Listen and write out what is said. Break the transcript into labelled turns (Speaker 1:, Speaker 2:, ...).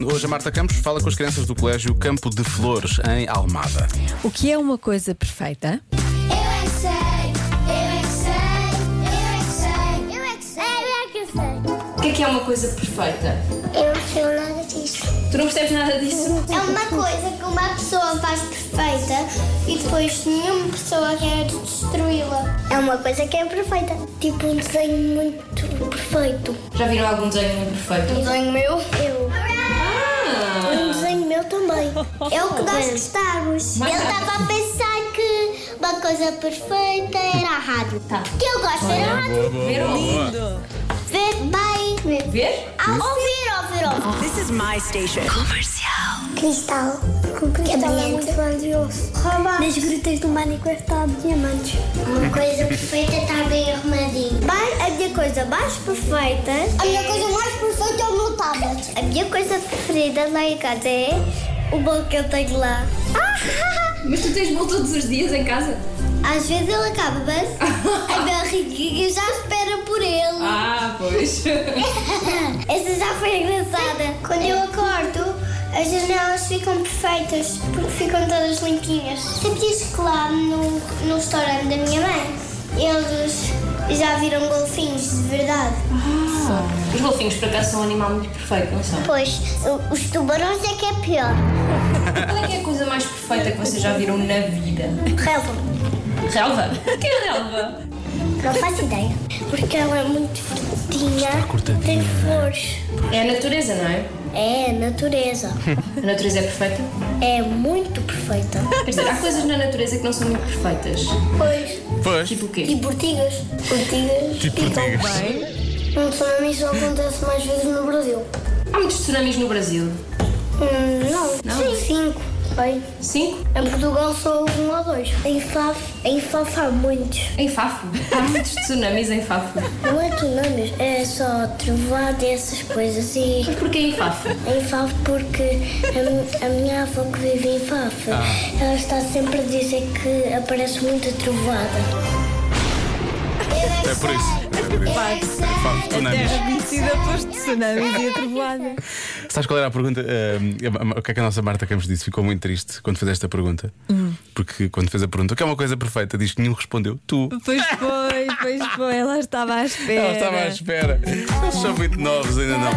Speaker 1: Hoje a Marta Campos fala com as crianças do Colégio Campo de Flores, em Almada.
Speaker 2: O que é uma coisa perfeita?
Speaker 3: Eu é que sei, eu é que sei, eu é que sei, eu é que sei, eu
Speaker 4: O que é que é uma coisa perfeita?
Speaker 3: é que sei. Eu não sei nada disso.
Speaker 4: Tu não percebes nada disso?
Speaker 3: É uma coisa que uma pessoa faz perfeita e depois nenhuma pessoa quer destruí-la. É uma coisa que é perfeita. Tipo um desenho muito perfeito.
Speaker 4: Já viram algum desenho muito perfeito?
Speaker 3: desenho meu? Eu. Um desenho meu também. É o que nós gostávamos.
Speaker 4: Mas-
Speaker 3: Eu estava a pensar que uma coisa perfeita era a rádio.
Speaker 4: Tá.
Speaker 3: Que eu gosto era a rádio.
Speaker 1: Boa, boa,
Speaker 4: Ver
Speaker 1: boa.
Speaker 3: Ver bem.
Speaker 4: Ver?
Speaker 3: Ah, ouvir, ouvir, ouvir.
Speaker 5: This is my station.
Speaker 3: Cristal. Com cristal é muito grandioso. Nas grutas do Minecraft há diamantes. Uma coisa perfeita está bem arrumadinho. Bem, a minha coisa mais perfeita... A minha coisa mais perfeita é o meu tablet. A minha coisa preferida lá em casa é o bolo que eu tenho lá.
Speaker 4: Mas tu tens bolo todos os dias em casa?
Speaker 3: Às vezes ele acaba, mas a minha barriguinha já espera por ele.
Speaker 4: Ah, pois.
Speaker 3: Essa já foi engraçada. Quando eu acordo, as janelas ficam perfeitas porque ficam todas limpinhas. Sempre diz que lá no, no restaurante da minha mãe, eles já viram golfinhos de verdade.
Speaker 4: Os golfinhos, por acaso, são um animal muito perfeito, não são?
Speaker 3: Pois, os tubarões é que é pior.
Speaker 4: Qual é que é a coisa mais perfeita que vocês já viram na vida?
Speaker 3: Relva.
Speaker 4: Relva? O que é relva?
Speaker 3: Não faço ideia. Porque ela é muito verdinha, tem flores.
Speaker 4: É a natureza, não é?
Speaker 3: É a natureza.
Speaker 4: A natureza é perfeita?
Speaker 3: É muito perfeita.
Speaker 4: Quer dizer, há coisas na natureza que não são muito perfeitas.
Speaker 3: Pois.
Speaker 1: Pois,
Speaker 4: Tipo o quê?
Speaker 3: E portigas. Portigas.
Speaker 1: tipo português.
Speaker 3: Um tsunami só acontece mais vezes no Brasil.
Speaker 4: Há muitos tsunamis no Brasil.
Speaker 3: Hum, não.
Speaker 4: Não?
Speaker 3: Sim. Cinco. Bem,
Speaker 4: Cinco?
Speaker 3: em Portugal só um ou dois. Em Faf, em Faf há muitos.
Speaker 4: Em Fafo. Há muitos tsunamis em Fafo.
Speaker 3: Não é tsunamis, é só trovada e essas coisas. E
Speaker 4: Mas porquê em Fafo?
Speaker 3: em Faf, porque a, mi- a minha avó que vive em Faf,
Speaker 1: Ah.
Speaker 3: ela está sempre a dizer que aparece muita trovada.
Speaker 1: É por isso. É por isso. Faf,
Speaker 2: É
Speaker 1: tsunamis.
Speaker 2: Conhecida pelos tsunamis e a trovoada.
Speaker 1: Sabes qual era a pergunta? Ah, o que é que a nossa Marta Campos disse? Ficou muito triste quando fez esta pergunta. Porque quando fez a pergunta, o que é uma coisa perfeita, diz que nenhum respondeu. Tu.
Speaker 2: Pois foi, pois foi, ela estava à espera.
Speaker 1: Ela estava à espera. Eles são muito novos, ainda não.